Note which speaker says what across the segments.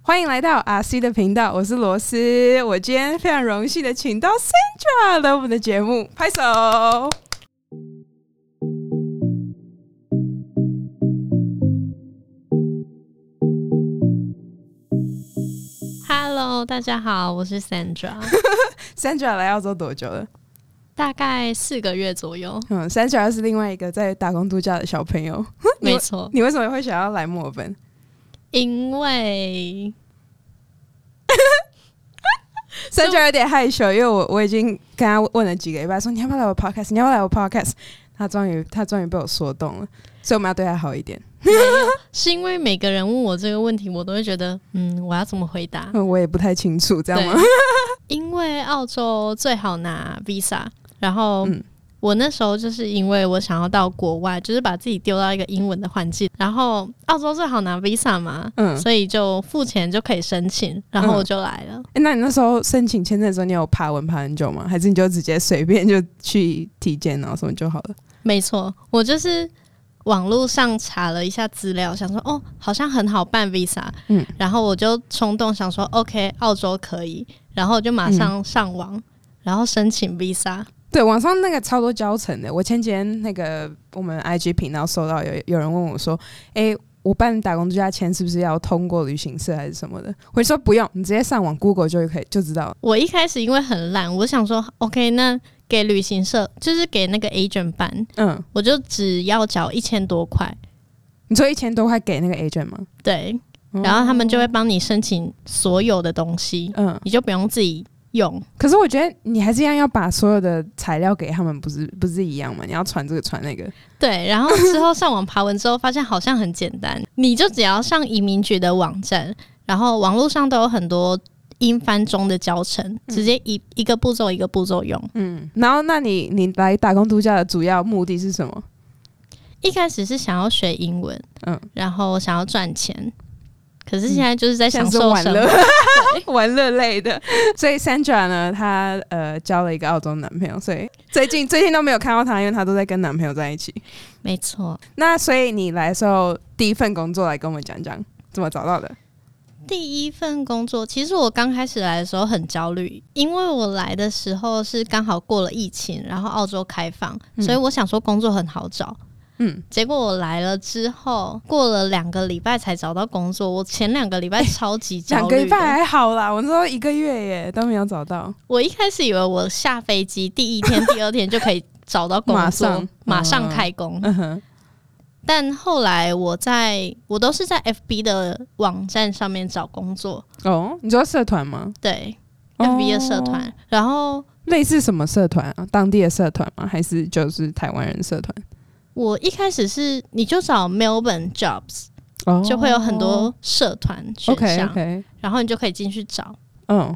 Speaker 1: 欢迎来到阿 C 的频道，我是罗斯。我今天非常荣幸的请到 Sandra 来我们的节目，拍手。
Speaker 2: Hello，大家好，我是 Sandra，
Speaker 1: Sandra 来澳洲多久了？
Speaker 2: 大概四个月左右，
Speaker 1: 嗯，Sandra 是另外一个在打工度假的小朋友。 你
Speaker 2: 没错，
Speaker 1: 你为什么会想要来墨尔本？
Speaker 2: 因为
Speaker 1: Sandra 有点害羞，因为我我已经跟他问了几个礼拜，说你要不要来我 podcast，你要不要来我 podcast。他终于他终于被我说动了，所以我们要对他好一点。
Speaker 2: 是因为每个人问我这个问题，我都会觉得，嗯，我要怎么回答？
Speaker 1: 嗯，我也不太清楚，这样吗？
Speaker 2: 因为澳洲最好拿 Visa，然后。
Speaker 1: 嗯
Speaker 2: 我那时候就是因为我想要到国外，就是把自己丢到一个英文的环境，然后澳洲最好拿 Visa 嘛，
Speaker 1: 嗯
Speaker 2: 所以就付钱就可以申请，然后我就来了。
Speaker 1: 诶那你那时候申请签证的时候，你有爬文爬很久吗？还是你就直接随便就去体检然后什么就好了？
Speaker 2: 没错，我就是网络上查了一下资料，想说哦，好像很好办 Visa，
Speaker 1: 嗯
Speaker 2: 然后我就冲动想说 OK，澳洲可以，然后我就马上上网，然后申请 Visa。
Speaker 1: 对，网上那个超多教程的。我前几天那个我们 IG 频道收到有有人问我说：“诶，我办打工度假签是不是要通过旅行社还是什么的？”我就说不用，你直接上网 Google 就可以就知道了。
Speaker 2: 我一开始因为很懒，我想说 OK，那给旅行社就是给那个 agent 办，
Speaker 1: 嗯，
Speaker 2: 我就只要缴一千多块，
Speaker 1: 你说一千多块给那个 agent 吗？
Speaker 2: 对，然后他们就会帮你申请所有的东西，
Speaker 1: 嗯，
Speaker 2: 你就不用自己用。
Speaker 1: 可是我觉得你还是一样要把所有的材料给他们，不是不是一样吗？你要传这个传那个，
Speaker 2: 对，然后之后上网爬文之后，发现好像很简单，你就只要上移民局的网站，然后网络上都有很多英翻中的教程，直接一一个步骤一个步骤用。
Speaker 1: 嗯，然后那你你来打工度假的主要目的是什么？
Speaker 2: 一开始是想要学英文，
Speaker 1: 嗯
Speaker 2: 嗯，然后想要赚钱，可是现在就是在哎享
Speaker 1: 像是
Speaker 2: 受
Speaker 1: 玩
Speaker 2: 生
Speaker 1: 乐
Speaker 2: 活。
Speaker 1: 玩乐类的。所以 Sandra 呢，她呃交了一个澳洲男朋友，所以最近最近都没有看到她，因为她都在跟男朋友在一起。
Speaker 2: 没错，
Speaker 1: 那所以你来的时候，第一份工作来跟我们讲讲怎么找到的。
Speaker 2: 第一份工作，其实我刚开始来的时候很焦虑，因为我来的时候是刚好过了疫情，然后澳洲开放，所以我想说工作很好找。
Speaker 1: 嗯，
Speaker 2: 结果我来了之后，过了两个礼拜才找到工作。我前两个礼拜超级焦
Speaker 1: 两
Speaker 2: 虑
Speaker 1: 个
Speaker 2: 的，
Speaker 1: 礼拜还好啦，我那时候一个月耶都没有找到。
Speaker 2: 我一开始以为我下飞机第一天、第二天就可以找到工作，
Speaker 1: 马上
Speaker 2: 马
Speaker 1: 嗯
Speaker 2: 上开工。
Speaker 1: 嗯哼，
Speaker 2: 但后来我在我都是在 FB 的网站上面找工作，
Speaker 1: 哦，你知道社团吗？
Speaker 2: 对、
Speaker 1: 哦
Speaker 2: FB 的社团，然后
Speaker 1: 类似什么社团啊？当地的社团吗？还是就是台湾人社团？
Speaker 2: 我一开始是你就找 Melbourne Jobs，、
Speaker 1: 哦
Speaker 2: 就会有很多社团选
Speaker 1: OK
Speaker 2: 项
Speaker 1: OK，
Speaker 2: 然后你就可以进去找。
Speaker 1: 嗯，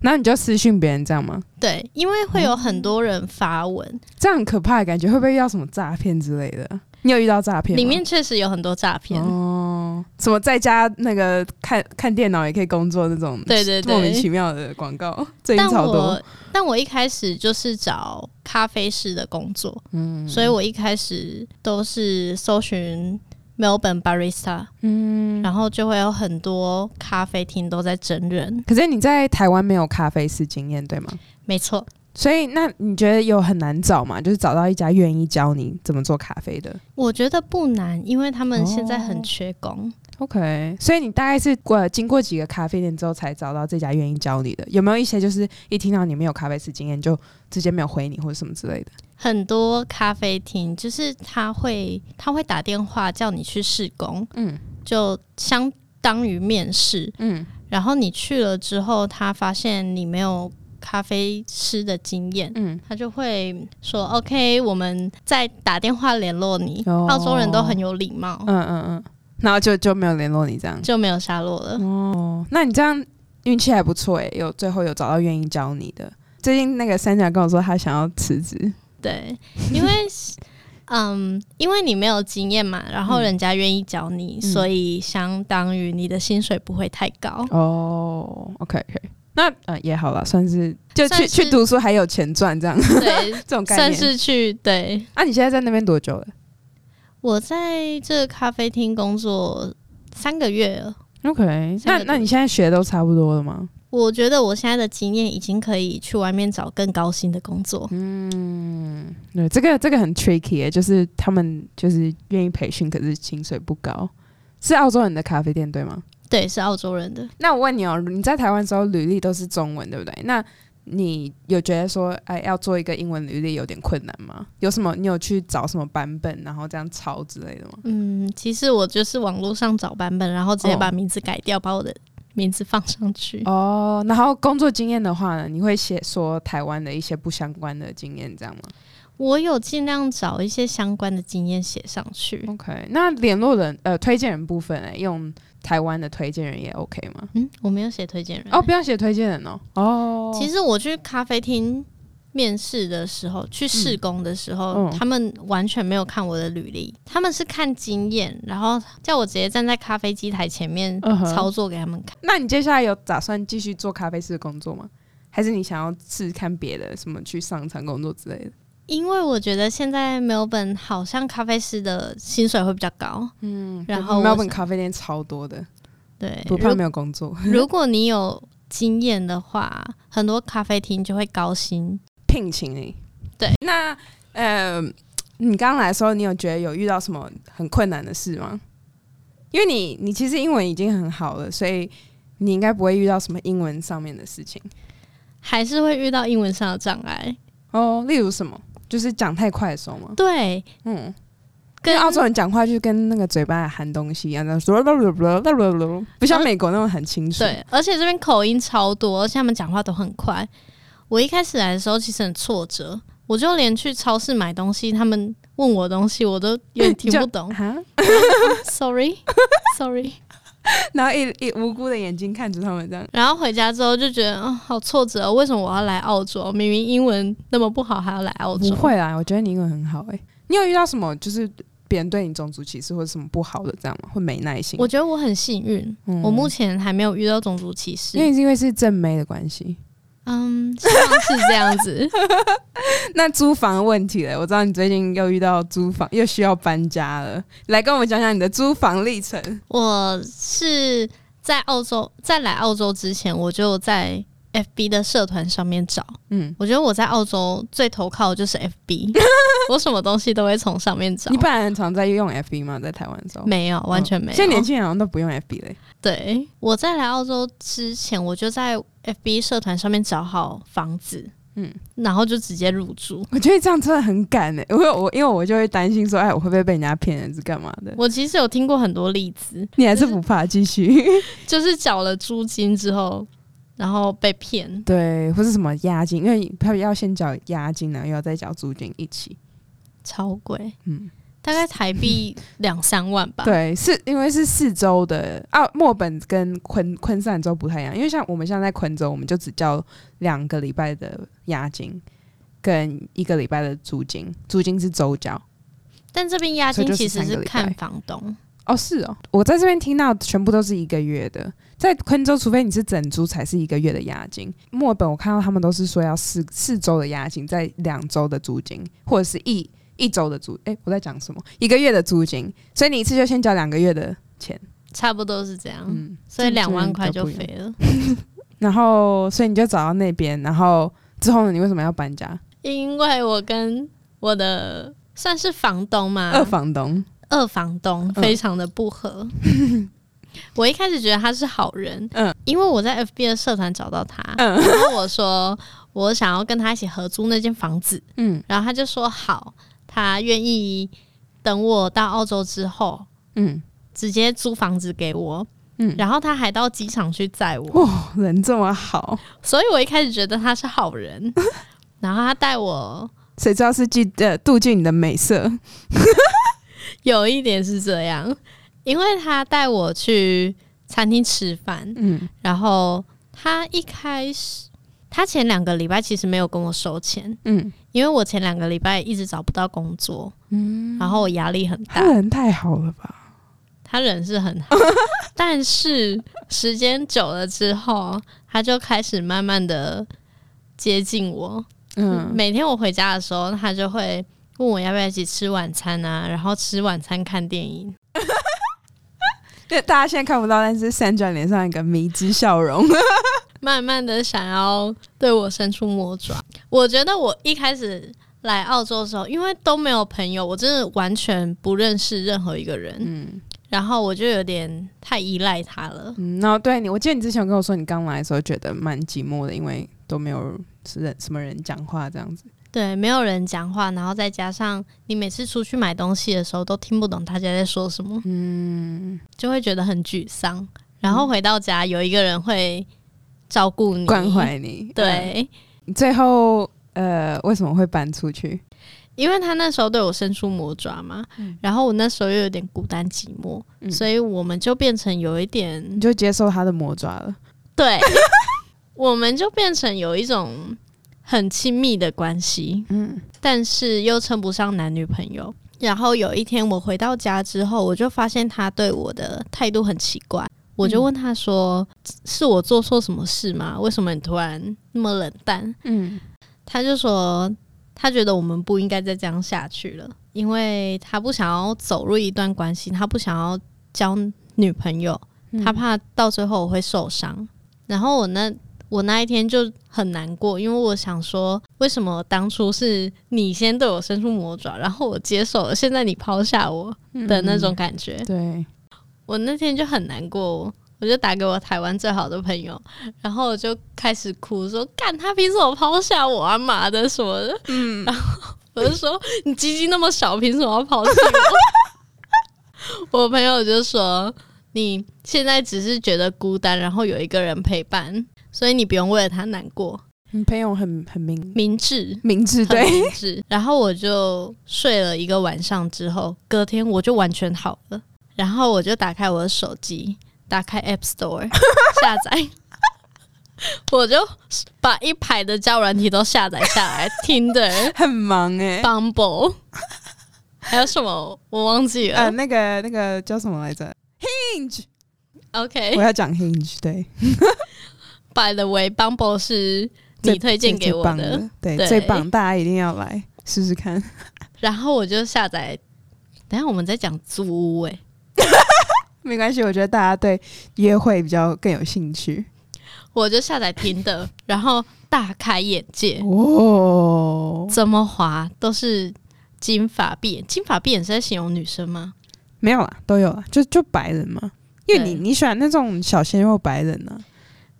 Speaker 1: 那你就私讯别人这样吗？
Speaker 2: 对，因为会有很多人发文，
Speaker 1: 这样很可怕的感觉，会不会遇到什么诈骗之类的？你有遇到诈骗吗？
Speaker 2: 里面确实有很多诈骗。
Speaker 1: 哦，什么在家那个看看电脑也可以工作那种，
Speaker 2: 对对对
Speaker 1: 莫名其妙的广告，最近
Speaker 2: 但
Speaker 1: 超多
Speaker 2: 我。但我一开始就是找咖啡师的工作，嗯，所以我一开始都是搜寻 Melbourne barista，嗯，然后就会有很多咖啡厅都在整人，
Speaker 1: 可是你在台湾没有咖啡师经验，对吗？
Speaker 2: 没错，
Speaker 1: 所以那你觉得有很难找吗？就是找到一家愿意教你怎么做咖啡的
Speaker 2: 我觉得不难，因为他们现在
Speaker 1: 哦
Speaker 2: 很缺工。
Speaker 1: ？OK，所以你大概是过经过几个咖啡店之后才找到这家愿意教你的，有没有一些就是一听到你没有咖啡师经验就直接没有回你或者什么之类的？
Speaker 2: 很多咖啡厅就是他会他会打电话叫你去试工，
Speaker 1: 嗯
Speaker 2: 就相当于面试，
Speaker 1: 嗯，
Speaker 2: 然后你去了之后，他发现你没有咖啡师的经验，
Speaker 1: 嗯
Speaker 2: 他就会说 OK，我们再打电话联络你。
Speaker 1: 哦
Speaker 2: 澳洲人都很有礼貌，
Speaker 1: 嗯嗯嗯，然后就就没有联络你这样。
Speaker 2: 就没有下落了。嗯
Speaker 1: 哦，那你这样运气还不错诶，有最后有找到愿意教你的。最近那个三甲跟我说他想要辞职，
Speaker 2: 对，因 为嗯，因为你没有经验嘛，然后人家愿意教你，
Speaker 1: 嗯
Speaker 2: 所以相当于你的薪水不会太高。
Speaker 1: 哦，OK OK，那呃也好了，算是就
Speaker 2: 算
Speaker 1: 去
Speaker 2: 是
Speaker 1: 去读书还有钱赚这样
Speaker 2: 对，
Speaker 1: 这种概念。
Speaker 2: 算是去对。
Speaker 1: 啊，你现在在那边多久了？
Speaker 2: 我在这个咖啡厅工作三个月了，
Speaker 1: OK，
Speaker 2: 下
Speaker 1: 那
Speaker 2: 个
Speaker 1: 那
Speaker 2: 东
Speaker 1: 你
Speaker 2: 西
Speaker 1: 现在学的都差不多了吗？
Speaker 2: 我觉得我现在的经验已经可以去外面找更高薪的工作。
Speaker 1: 嗯对，这个这个很 tricky，耶就是他们就是愿意培训，可是薪水不高。是澳洲人的咖啡店对吗？
Speaker 2: 对，是澳洲人的。
Speaker 1: 那我问你哦，你在台湾的时候履历都是中文对不对？那你有觉得说，哎，要做一个英文履历有点困难吗？有什么？你有去找什么版本，然后这样抄之类的吗？
Speaker 2: 嗯，其实我就是网络上找版本，然后直接
Speaker 1: 哦
Speaker 2: 把名字改掉，把我的名字放上去。
Speaker 1: 哦，然后工作经验的话呢，你会写说台湾的一些不相关的经验，这样吗
Speaker 2: 我有尽量找一些相关的经验写上去。
Speaker 1: ？OK，那联络人呃推荐人部分、哎，用台湾的推荐人也 OK 吗？
Speaker 2: 嗯，我没有写推荐人
Speaker 1: 哦，不要写推荐人哦。哦，
Speaker 2: 其实我去咖啡厅面试的时候，去试工的时候，
Speaker 1: 嗯
Speaker 2: 他们完全没有看我的履历，他们是看经验，然后叫我直接站在咖啡机台前面
Speaker 1: 嗯哼
Speaker 2: 操作给他们看。
Speaker 1: 那你接下来有打算继续做咖啡师的工作吗？还是你想要试试看别的什么去上场工作之类的？
Speaker 2: 因为我觉得现在墨尔本好像咖啡师的薪水会比较高，嗯，然后我
Speaker 1: 墨尔本咖啡店超多的，
Speaker 2: 对，
Speaker 1: 不 怕没有工作。
Speaker 2: 如如果你有经验的话，很多咖啡厅就会高薪。
Speaker 1: 聘请你。
Speaker 2: 对，
Speaker 1: 那呃，你刚来的时候，你有觉得有遇到什么很困难的事吗？因为你你其实英文已经很好了，所以你应该不会遇到什么英文上面的事情
Speaker 2: 还是会遇到英文上的障碍，
Speaker 1: 哦。例如什么，就是讲太快的时候吗？
Speaker 2: 对，
Speaker 1: 嗯，跟
Speaker 2: 跟
Speaker 1: 澳洲人讲话就跟那个嘴巴含东西一样，这样说不像美国那种很清 楚。
Speaker 2: 对，而且这边口音超多，而且他们讲话都很快。我一开始来的时候其实很挫折，我就连去超市买东西，他们问我东西，我都有点听 不懂。
Speaker 1: 哈，
Speaker 2: Sorry，Sorry。
Speaker 1: 然后一一无辜的眼睛看着他们这样。
Speaker 2: 然后回家之后就觉得，哦，好挫折哦，为什么我要来澳洲？明明英文那么不好，还要来澳洲？
Speaker 1: 不会啦，我觉得你英文很好哎、你有遇到什么就是别人对你种族歧视或者什么不好的这样吗？会没耐心？
Speaker 2: 我觉得我很幸运，
Speaker 1: 嗯
Speaker 2: 我目前还没有遇到种族歧视
Speaker 1: 因。为是因为是正妹的关系。
Speaker 2: 嗯，希望是这样子。
Speaker 1: 那租房的问题嘞，我知道你最近又遇到租房，又需要搬家了，来跟我们讲讲你的租房历程。
Speaker 2: 我是在澳洲，在来澳洲之前，我就在 FB 的社团上面找。
Speaker 1: 嗯，
Speaker 2: 我觉得我在澳洲最投靠的就是 FB，我什么东西都会从上面找
Speaker 1: 你。本来很常在用 FB 吗？在台湾的时候？
Speaker 2: 没有，完全没有。
Speaker 1: 现在年轻人好像都不用 FB 嘞。
Speaker 2: 对我在来澳洲之前，我就在 FB 社团上面找好房子，
Speaker 1: 嗯
Speaker 2: 嗯，然后就直接入住。
Speaker 1: 我觉得这样真的很敢哎、因为我因为我就会担心说，哎，我会不会被人家骗人是干嘛的？
Speaker 2: 我其实有听过很多例子，
Speaker 1: 你还是不怕继续？
Speaker 2: 就是缴了租金之后，然后被骗。
Speaker 1: 对，或是什么押金，因为他要先缴押金，然后又要再缴租金一起。
Speaker 2: 超贵，
Speaker 1: 嗯
Speaker 2: 嗯，大概台币两三万吧。，
Speaker 1: 对，是因为是四周的啊，墨本跟昆昆山州不太一样，因为像我们现在在昆州，我们就只交两个礼拜的押金跟一个礼拜的租金，租金是周交。
Speaker 2: 但这边押
Speaker 1: 所以就
Speaker 2: 金
Speaker 1: 是
Speaker 2: 其实
Speaker 1: 三个
Speaker 2: 是
Speaker 1: 礼拜
Speaker 2: 看房东，
Speaker 1: 哦，是哦，我在这边听到全部都是一个月的，在昆州，除非你是整租才是一个月的押金。墨尔本我看到他们都是说要四四周的押金，在两周的租金，或者是一一周的租，诶，我在讲什么？一个月的租金，所以你一次就先交两个月的钱，
Speaker 2: 差不多是这样，
Speaker 1: 嗯，
Speaker 2: 所以
Speaker 1: 这
Speaker 2: 两万
Speaker 1: 这
Speaker 2: 块
Speaker 1: 比较不
Speaker 2: 就
Speaker 1: 一样
Speaker 2: 飞了。
Speaker 1: 然后，所以你就找到那边，然后之后呢，你为什么要搬家？
Speaker 2: 因为我跟我的算是房东嘛，
Speaker 1: 二房东，
Speaker 2: 二房东非常的不 合。我一开始觉得他是好人，
Speaker 1: 嗯
Speaker 2: 嗯，因为我在 FB 的社团找到他，然后我说我想要跟他一起合租那间房子，
Speaker 1: 嗯
Speaker 2: 然后他就说好，他愿意等我到澳洲之后
Speaker 1: 嗯，
Speaker 2: 直接租房子给我，
Speaker 1: 嗯
Speaker 2: 嗯，然后他还到机场去载我，
Speaker 1: 哇，人这么好，
Speaker 2: 所以我一开始觉得他是好人， 然后他带我
Speaker 1: 谁知道是记呃妒忌你的美色？
Speaker 2: 有一点是这样，因为他带我去餐厅吃饭，
Speaker 1: 嗯
Speaker 2: 然后他一开始他前两个礼拜其实没有跟我收钱，
Speaker 1: 嗯，
Speaker 2: 因为我前两个礼拜一直找不到工作，嗯，然后我压力很大
Speaker 1: 他，人太好了吧？
Speaker 2: 他人是很 好，但是时间久了之后，他就开始慢慢的接近我。
Speaker 1: 嗯，
Speaker 2: 每天我回家的时候，他就会问我要不要一起吃晚餐啊，然后吃晚餐看电影。
Speaker 1: 对，大家现在看不到，但是 Sandra 脸上一个迷之笑容。
Speaker 2: 慢慢的想要对我伸出魔爪。我觉得我一开始来澳洲的时候，因为都没有朋友，我真的完全不认识任何一个人，
Speaker 1: 嗯
Speaker 2: 然后我就有点太依赖他了。
Speaker 1: 嗯，然后对你，我记得你之前有跟我说，你刚来的时候觉得蛮寂寞的，因为都没有是人什么人讲话这样子。
Speaker 2: 对，没有人讲话，然后再加上你每次出去买东西的时候都听不懂大家在说什么，
Speaker 1: 嗯，
Speaker 2: 就会觉得很沮丧。然后回到家，有一个人会照顾你，
Speaker 1: 关。怀你。嗯，
Speaker 2: 对，
Speaker 1: 你最后呃，为什么会搬出去？
Speaker 2: 因为他那时候对我伸出魔爪嘛，然后我那时候又有点孤单寂寞，
Speaker 1: 嗯
Speaker 2: 所以我们就变成有一点
Speaker 1: 你就接受他的魔爪了。
Speaker 2: 对， 我们就变成有一种很亲密的关系，
Speaker 1: 嗯
Speaker 2: 但是又称不上男女朋友。然后有一天我回到家之后，我就发现他对我的态度很奇怪，我就问他说：“是我做错什么事吗？为什么你突然那么冷淡
Speaker 1: 嗯，？”
Speaker 2: 他就说：“他觉得我们不应该再这样下去了，因为他不想要走入一段关系，他不想要交女朋友，他怕到最后我会受伤。然后我那我那一天就很难过，因为我想说，为什么当初是你先对我伸出魔爪，然后我接受了，现在你抛下我的那
Speaker 1: 嗯
Speaker 2: 种感觉，
Speaker 1: 对，
Speaker 2: 我那天就很难过。我就打给我台湾最好的朋友，然后我就开始哭，说：“干他凭什么抛下我啊？妈的什么的。”嗯，然后我就说：“你鸡鸡那么小，凭什么要抛弃我？” 我朋友就说：“你现在只是觉得孤单，然后有一个人陪伴，所以你不用为了他难过，
Speaker 1: 你朋友很很明
Speaker 2: 明智。”
Speaker 1: 明智，
Speaker 2: 很
Speaker 1: 对，
Speaker 2: 明智。然后我就睡了一个晚上之后，隔天我就完全好了。然后我就打开我的手机，打开 App Store 下载，我就把一排的交友软体都下载下来，Tinder、
Speaker 1: 很忙哎、
Speaker 2: Bumble，还有什么我忘记
Speaker 1: 呃，
Speaker 2: 了。
Speaker 1: 那个那个叫什么来着？Hinge，我
Speaker 2: OK，By
Speaker 1: 要讲 Hinge，对，
Speaker 2: the way，Bumble 是
Speaker 1: 最
Speaker 2: 你推荐给我
Speaker 1: 最棒
Speaker 2: 的，
Speaker 1: 的，对，
Speaker 2: 对
Speaker 1: 最棒，大家一定要来试试看。
Speaker 2: 然后我就下载。等一下我们在讲租屋哎、
Speaker 1: 没关系，我觉得大家对约会比较更有兴趣
Speaker 2: 我就下载 Tinder，然后大开眼界。
Speaker 1: 哦。
Speaker 2: 怎么滑都是金发碧眼，金发碧眼是在形容女生吗？
Speaker 1: 没有啦，都有啦，就就白人嘛，因为你
Speaker 2: 对
Speaker 1: 你喜欢那种小鲜肉白人啊呢、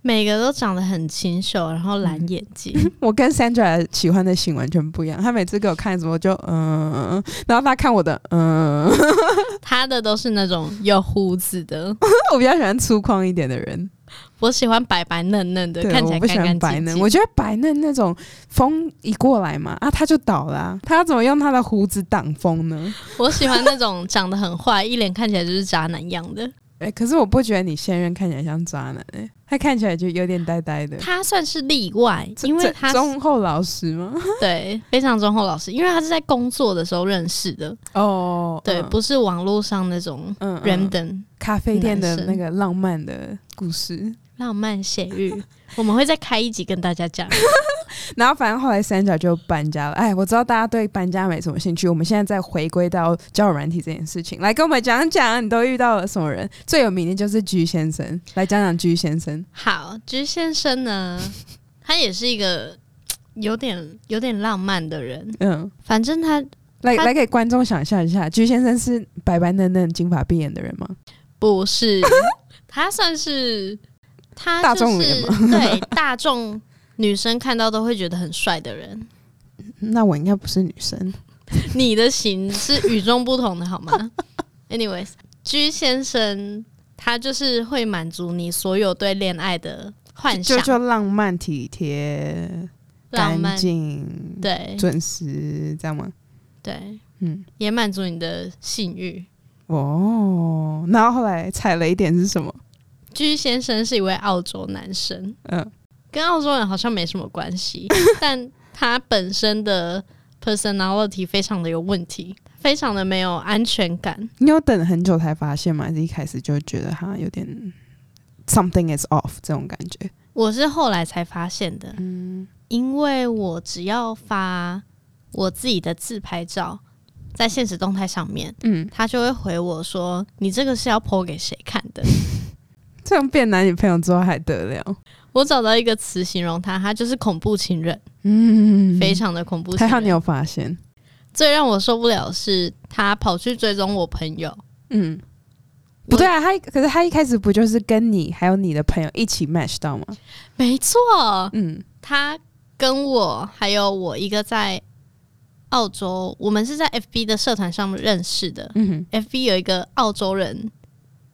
Speaker 2: 每个都长得很清秀，然后蓝眼 睛，
Speaker 1: 我跟 Sandra 喜欢的型完全不一样，她每次给我看什么就嗯，然后她看我的嗯，
Speaker 2: 她的都是那种有胡子的。
Speaker 1: 我比较喜欢粗犷一点的人，
Speaker 2: 我喜欢白白嫩嫩的，
Speaker 1: 对，
Speaker 2: 看起
Speaker 1: 我
Speaker 2: 来
Speaker 1: 不喜
Speaker 2: 干
Speaker 1: 欢
Speaker 2: 干
Speaker 1: 白
Speaker 2: 净
Speaker 1: 嫩，
Speaker 2: 净
Speaker 1: 我。觉得白嫩那种风一过来嘛，啊，他就倒了、啊，他要怎么用他的胡子挡风呢？
Speaker 2: 我喜欢那种长得很坏，一脸看起来就是渣男样的。
Speaker 1: 哎、可是我不觉得你现任看起来像渣男、欸，他看起来就有点呆呆的，
Speaker 2: 她算是例外，因为
Speaker 1: 这
Speaker 2: 她是
Speaker 1: 忠厚老实吗？
Speaker 2: 对非常忠厚老实，因为她是在工作的时候认识的，
Speaker 1: 哦，
Speaker 2: 对，
Speaker 1: 嗯
Speaker 2: 不是网络上那种
Speaker 1: 嗯嗯
Speaker 2: random
Speaker 1: 咖啡店的
Speaker 2: 男生
Speaker 1: 那个浪漫的故事。
Speaker 2: 浪漫血 域。我们会再开一集跟大家讲。
Speaker 1: 然后反正后来三角就搬家了。哎，我知道大家对搬家没什么兴趣，我们现在再回归到交友软体这件事情，来跟我们讲讲你都遇到了什么人。最有名的就是 G 先生，来讲讲 G 先生。
Speaker 2: 好，菊先生呢，他也是一个有点有点浪漫的人。
Speaker 1: 嗯，
Speaker 2: 反正他
Speaker 1: 来
Speaker 2: 他
Speaker 1: 来给观众想象一下，G 先生是白白嫩嫩、金发碧眼的人吗？
Speaker 2: 不是，他算是他、
Speaker 1: 大
Speaker 2: 就是、
Speaker 1: 众脸
Speaker 2: 对大众女生看到都会觉得很帅的人。
Speaker 1: 那我应该不是女生。
Speaker 2: 你的型是与众不同的，好吗？Anyways，居先生他就是会满足你所有对恋爱的幻
Speaker 1: 就
Speaker 2: 想，
Speaker 1: 就浪漫、体贴、
Speaker 2: 浪
Speaker 1: 干
Speaker 2: 漫，
Speaker 1: 净、
Speaker 2: 对
Speaker 1: 准时，这样吗？
Speaker 2: 对，
Speaker 1: 嗯，
Speaker 2: 也满足你的性欲。
Speaker 1: 哦，然后后来踩雷点是什么？
Speaker 2: 居先生是一位澳洲男生，
Speaker 1: 嗯，
Speaker 2: 跟澳洲人好像没什么关 系，但他本身的 personality 非常的有问题，非常的没有安全感。
Speaker 1: 你有等很久才发现吗？还是一开始就觉得他有点 something is off 这种感觉？
Speaker 2: 我是后来才发现的，
Speaker 1: 嗯
Speaker 2: 因为我只要发我自己的自拍照，在现实动态上面，
Speaker 1: 嗯，
Speaker 2: 他就会回我说：“你这个是要 PO 给谁看的
Speaker 1: 这样变男女朋友之后还得了？”
Speaker 2: 我找到一个词形容他，他就是恐怖情人，
Speaker 1: 嗯，
Speaker 2: 非常的恐怖情
Speaker 1: 还好你
Speaker 2: 人。
Speaker 1: 有发现，
Speaker 2: 最让我受不了的是他跑去追踪我朋友，
Speaker 1: 嗯，不对啊，他可是他一开始不就是跟你还有你的朋友一起 match 到吗？
Speaker 2: 没错，
Speaker 1: 嗯
Speaker 2: 他跟我还有我一个在澳洲，我们是在 FB 的社团上面认识的。
Speaker 1: 嗯哼，
Speaker 2: FB 有一个澳洲人，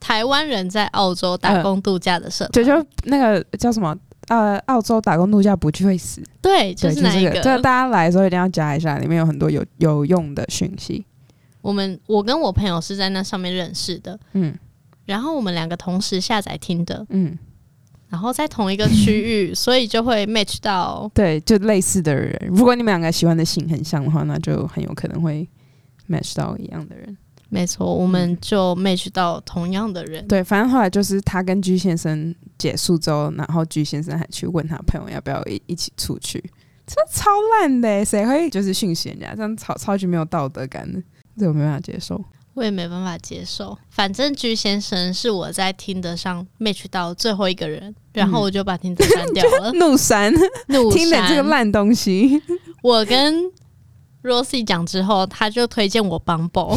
Speaker 2: 台湾人在澳洲打工度假的社团，
Speaker 1: 就就那个叫什么呃，澳洲打工度假不聚会死，
Speaker 2: 对，
Speaker 1: 对，
Speaker 2: 就
Speaker 1: 啊
Speaker 2: 是
Speaker 1: 就
Speaker 2: 那一
Speaker 1: 这
Speaker 2: 个。
Speaker 1: 个，这大家来的时候一定要加一下，里面有很多有有用的讯息。
Speaker 2: 我们我跟我朋友是在那上面认识的，
Speaker 1: 嗯
Speaker 2: 然后我们两个同时下载听的，
Speaker 1: 嗯，
Speaker 2: 然后在同一个区域，所以就会 match 到。
Speaker 1: 对，就类似的人，如果你们两个喜欢的型很像的话，那就很有可能会 match 到一样的人。
Speaker 2: 没错，我们就 match 到同样的人。
Speaker 1: 对，反正后来就是他跟居先生结束之后，然后居先生还去问他朋友要不要一一起出去，这超烂的欸，谁会就是训斥人家，这样超超级没有道德感的，这我没办法接受。。
Speaker 2: 我也没办法接受。反正居先生是我在听得上 match 到最后一个人，然后我就把听得删掉了
Speaker 1: 怒删，
Speaker 2: 怒
Speaker 1: 听的
Speaker 2: 删
Speaker 1: 这个烂东西，
Speaker 2: 我跟 Rosie 讲之后，他就推荐我 Bumble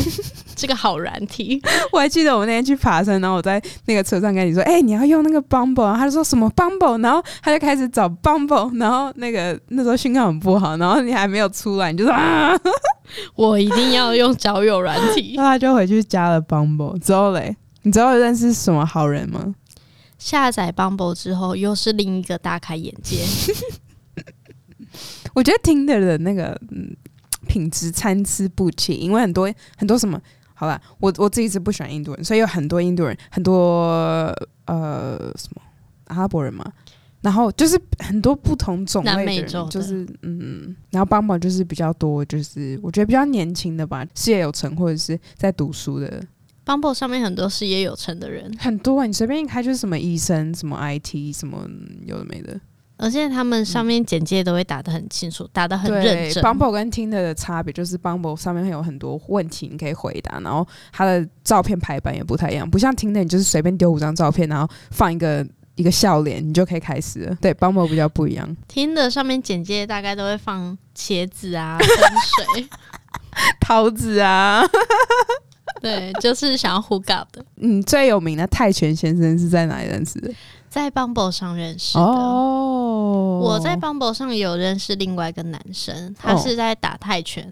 Speaker 2: 这个好软体。
Speaker 1: 我还记得我那天去爬山，然后我在那个车上跟你说，哎、你要用那个 Bumble，然后他就说什么 Bumble，然后他就开始找 Bumble，然 后那个那时候信号很不好，然后你还没有出来，你就说啊， 然后
Speaker 2: 我一定要用交友软体。
Speaker 1: 他就回去加了 Bumble，之后嘞，你知道认识什么好人吗？
Speaker 2: 下载 Bumble 之后，又是另一个大开眼界。
Speaker 1: 我觉得听的人那个嗯品质参差不齐，因为很多很多什么，好啦，我我自己是不喜欢印度人，所以有很多印度人，很多呃什么阿拉伯人嘛，然后就是很多不同种类
Speaker 2: 南
Speaker 1: 的
Speaker 2: 美
Speaker 1: 人，
Speaker 2: 洲的
Speaker 1: 就是嗯，然后帮忙就是比较多，就是我觉得比较年轻的吧，事业有成或者是在读书的
Speaker 2: Bumble 上面很多事业有成的人，
Speaker 1: 很多、啊，你随便一开就是什么医生、什么 IT、什么嗯有的没的。
Speaker 2: 而且他们上面简介都会打得很清楚，打得很
Speaker 1: 对
Speaker 2: 认真。
Speaker 1: Bumble 跟 Tinder 的差别就是 Bumble 上面会有很多问题你可以回答，然后它的照片排版也不太一样，不像 Tinder 你就是随便丢五张照片，然后放一个一个笑脸，你就可以开始了。对，Bumble 比较不一 样，
Speaker 2: 听的上面简介大概都会放茄子啊、喷水，
Speaker 1: 桃子啊，
Speaker 2: 对，就是想要 hook up 的，
Speaker 1: 你嗯最有名的泰拳先生是在哪里认识的？
Speaker 2: 在 Bumble 上认识的。
Speaker 1: 哦，
Speaker 2: 我在 Bumble 上有认识另外一个男生，他是在打泰拳，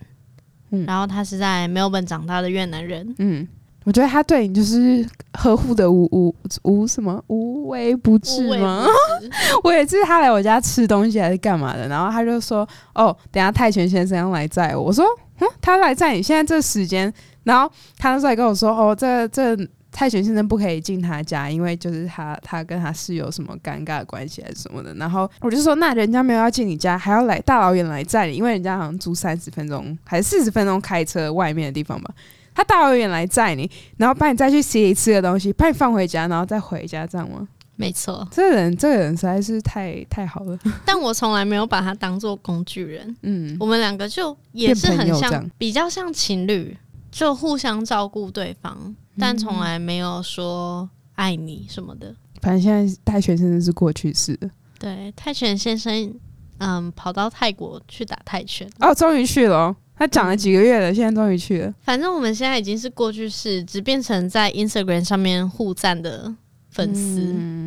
Speaker 1: 嗯
Speaker 2: 然后他是在 Melbourne 长大的越南人，
Speaker 1: 嗯。我觉得他对你就是呵护的无无无什么无微不
Speaker 2: 无
Speaker 1: 至
Speaker 2: 微
Speaker 1: 吗？
Speaker 2: 不至
Speaker 1: 我有一次他来我家吃东西还是干嘛的，然后他就说：“哦，等一下泰拳先生要来载我。”我说：“嗯，他来载你，现在这时间。”然后他那时候还跟我说：“哦，这这泰拳先生不可以进他家，因为就是他他跟他室友什么尴尬的关系还是什么的。”然后我就说：“那人家没有要进你家，还要来大老远来载你，因为人家好像租三十分钟还是四十分钟开车外面的地方吧。”他大老远来载你，然后把你再去洗你吃的东西，把你放回家，然后再回家，这样吗？
Speaker 2: 没错，
Speaker 1: 这个人，这个人实在是太太好了。
Speaker 2: 但我从来没有把他当做工具人，
Speaker 1: 嗯
Speaker 2: 我们两个就也是
Speaker 1: 变朋
Speaker 2: 很
Speaker 1: 友这
Speaker 2: 像
Speaker 1: 样，
Speaker 2: 比较像情侣，就互相照顾对方，但
Speaker 1: 嗯
Speaker 2: 从来没有说爱你什么的。，
Speaker 1: 反正现在大学真的是过去式了。
Speaker 2: 对，泰拳先生，嗯，跑到泰国去打泰拳。
Speaker 1: 哦，终于去了哦、他讲了几个月了，现在终于去了。
Speaker 2: 反正我们现在已经是过去式，只变成在 Instagram 上面互赞的粉丝。
Speaker 1: 嗯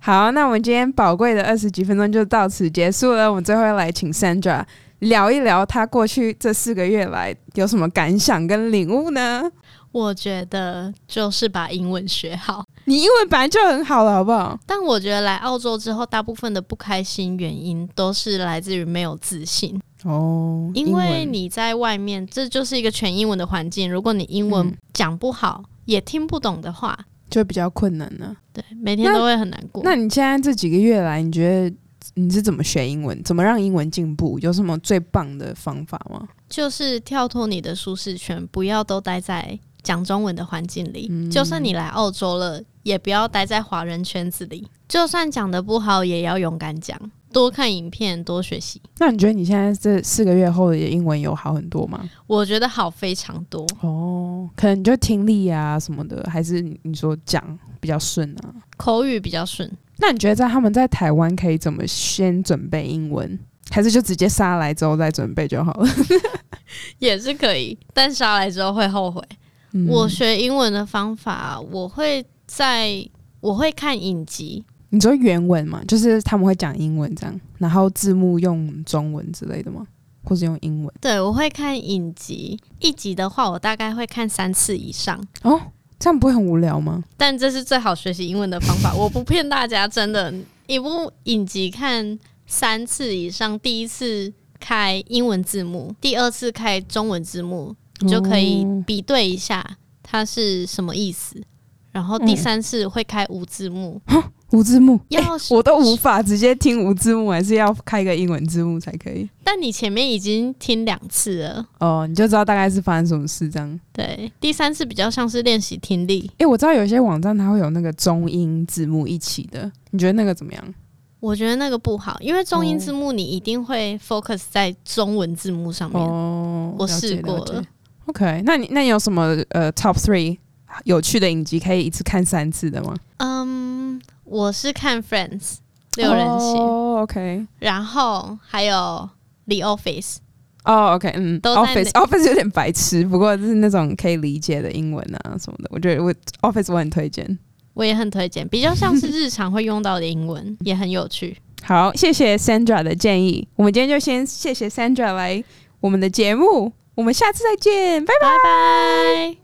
Speaker 1: 好，那我们今天宝贵的二十几分钟就到此结束了。我们最后要来请 Sandra 聊一聊她过去这四个月来有什么感想跟领悟呢？
Speaker 2: 我觉得就是把英文学好，
Speaker 1: 你英文本来就很好了，好不好？
Speaker 2: 但我觉得来澳洲之后，大部分的不开心原因都是来自于没有自信，
Speaker 1: 哦
Speaker 2: 因为你在外面，这就是一个全英文的环境，如果你英文
Speaker 1: 嗯
Speaker 2: 讲不好，也听不懂的话，
Speaker 1: 就比较困难了、
Speaker 2: 对，每天
Speaker 1: 那
Speaker 2: 都会很难过。
Speaker 1: 那你现在这几个月来，你觉得你是怎么学英文？怎么让英文进步？有什么最棒的方法吗？
Speaker 2: 就是跳脱你的舒适圈，不要都待在讲中文的环境里。就算你来澳洲了，也不要待在华人圈子里。就算讲的不好，也要勇敢讲。多看影片，多学习。
Speaker 1: 那你觉得你现在这四个月后的英文有好很多吗？
Speaker 2: 我觉得好非常多。
Speaker 1: 哦，可能你就听力啊什么的，还是你说讲比较顺啊？
Speaker 2: 口语比较顺，
Speaker 1: 那你觉得在他们在台湾可以怎么先准备英文？还是就直接杀来之后再准备就好 了？
Speaker 2: 也是可以，但杀来之后会后悔。
Speaker 1: 嗯
Speaker 2: 我学英文的方法，我会在我会看影集，
Speaker 1: 你说原文嘛，就是他们会讲英文这样，然后字幕用中文之类的吗？或是用英文？
Speaker 2: 对我会看影集。一集的话，我大概会看三次以上。
Speaker 1: 哦，这样不会很无聊吗？
Speaker 2: 但这是最好学习英文的方法， 我不骗大家，真的，一部影集看三次以上，第一次开英文字幕，第二次开中文字幕，你就可以
Speaker 1: 哦
Speaker 2: 比对一下它是什么意思。然后
Speaker 1: 嗯
Speaker 2: 第三次会开无字 幕，
Speaker 1: 无字幕，
Speaker 2: 要
Speaker 1: 我都无法直接听无字幕，还是要开一个英文字幕才可以。
Speaker 2: 但你前面已经听两次了，
Speaker 1: 哦，你就知道大概是发生什么事这样。
Speaker 2: 对，第三次比较像是练习听力，
Speaker 1: 诶、我知道有些网站它会有那个中英字幕一起的，你觉得那个怎么样？
Speaker 2: 我觉得那个不好，因为中英
Speaker 1: 哦
Speaker 2: 字幕你一定会 focus 在中文字幕上面，
Speaker 1: 哦，
Speaker 2: 我
Speaker 1: 了解
Speaker 2: 试过
Speaker 1: 了解
Speaker 2: 了
Speaker 1: OK，那你那你有什么呃 top three 有趣的影集可以一次看三次的吗？
Speaker 2: 嗯，我是看 Friends 六人行
Speaker 1: 哦、o k
Speaker 2: 然后还有 The Office，
Speaker 1: 哦、o k 嗯
Speaker 2: 都在
Speaker 1: ，Office Office 有点白痴，不过就是那种可以理解的英文啊什么的，我觉得我 Office 我很推荐。
Speaker 2: 我也很推荐，比较像是日常会用到的英文，也很有趣。
Speaker 1: 好，谢谢 Sandra 的建议，我们今天就先谢谢 Sandra 来我们的节目，我们下次再见，拜拜。
Speaker 2: 拜拜。